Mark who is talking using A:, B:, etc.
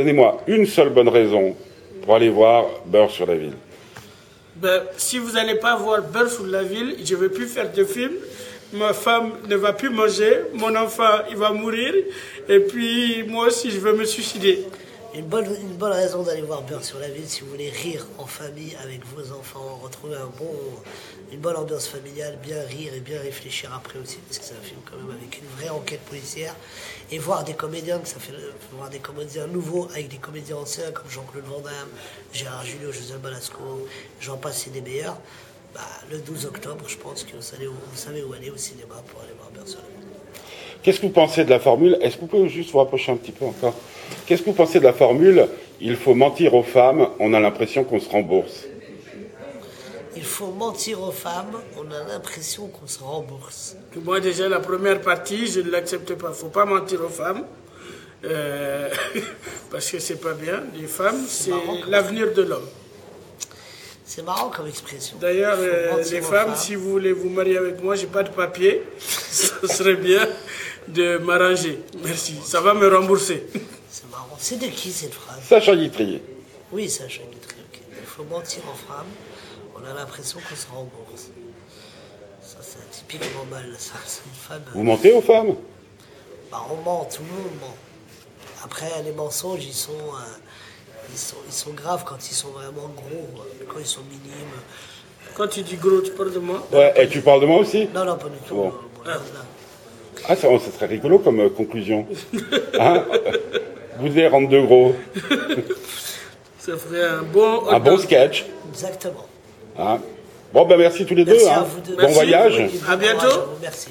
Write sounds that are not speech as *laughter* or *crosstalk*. A: Donnez-moi une seule bonne raison pour aller voir Beurre sur la ville.
B: Ben, si vous n'allez pas voir Beurre sur la ville, je ne vais plus faire de film. Ma femme ne va plus manger, mon enfant il va mourir, et puis moi aussi je vais me suicider.
C: Une bonne, une bonne raison d'aller voir Beurre sur la ville si vous voulez rire en famille avec vos enfants, retrouver un bon, une bonne ambiance familiale, bien rire et bien réfléchir après aussi, parce que c'est un film quand même avec une vraie enquête policière, et voir des comédiens, que ça fait voir des comédiens nouveaux avec des comédiens anciens comme Jean-Claude Van Damme, Gérard Julio, José Balasco, j'en passe et des meilleurs. Bah, le 12 octobre, je pense que vous savez, où, vous savez où aller au cinéma pour aller voir Beurre sur la ville.
A: Qu'est-ce que vous pensez de la formule Est-ce que vous pouvez juste vous rapprocher un petit peu encore Qu'est-ce que vous pensez de la formule Il faut mentir aux femmes, on a l'impression qu'on se rembourse.
C: Il faut mentir aux femmes, on a l'impression qu'on se rembourse.
B: Moi déjà la première partie, je ne l'accepte pas. Faut pas mentir aux femmes. euh, *laughs* parce que c'est pas bien. Les femmes, c'est
C: marrant, quand
B: l'avenir de l'homme.
C: C'est marrant comme expression.
B: D'ailleurs,
C: Il faut
B: euh,
C: mentir
B: les
C: aux
B: femmes, si vous voulez vous marier avec moi, j'ai pas de papier. *laughs* Ce serait bien de m'arranger. Merci. Ça va me rembourser.
C: C'est marrant. C'est de qui cette phrase
A: Sacha Guitrier.
C: Oui, Sacha Guitry, ok. Il faut mentir aux femmes, on a l'impression qu'on se rembourse. Ça, c'est typiquement mal. Ça, c'est une femme.
A: Vous mentez aux femmes
C: Bah, on ment, tout le monde ment. Après, les mensonges, ils sont, euh, ils sont, ils sont graves quand ils sont vraiment gros, euh, quand ils sont minimes.
B: Quand tu dis gros, tu parles de moi.
A: Ouais, et tu parles de moi aussi
C: Non, non, pas du tout.
A: Bon.
C: non, bon, là, là.
A: Ah, ça, ça serait rigolo comme euh, conclusion. Hein Vous devez rendre de gros.
B: Ça ferait un bon.
A: Un bon sketch.
C: Exactement.
A: hein. bon, ben merci tous les
C: Merci
A: deux.
C: à
A: hein.
C: vous deux.
A: Bon
C: Merci.
A: voyage.
C: Oui,
B: À bientôt.
C: bon courage à vous, Merci.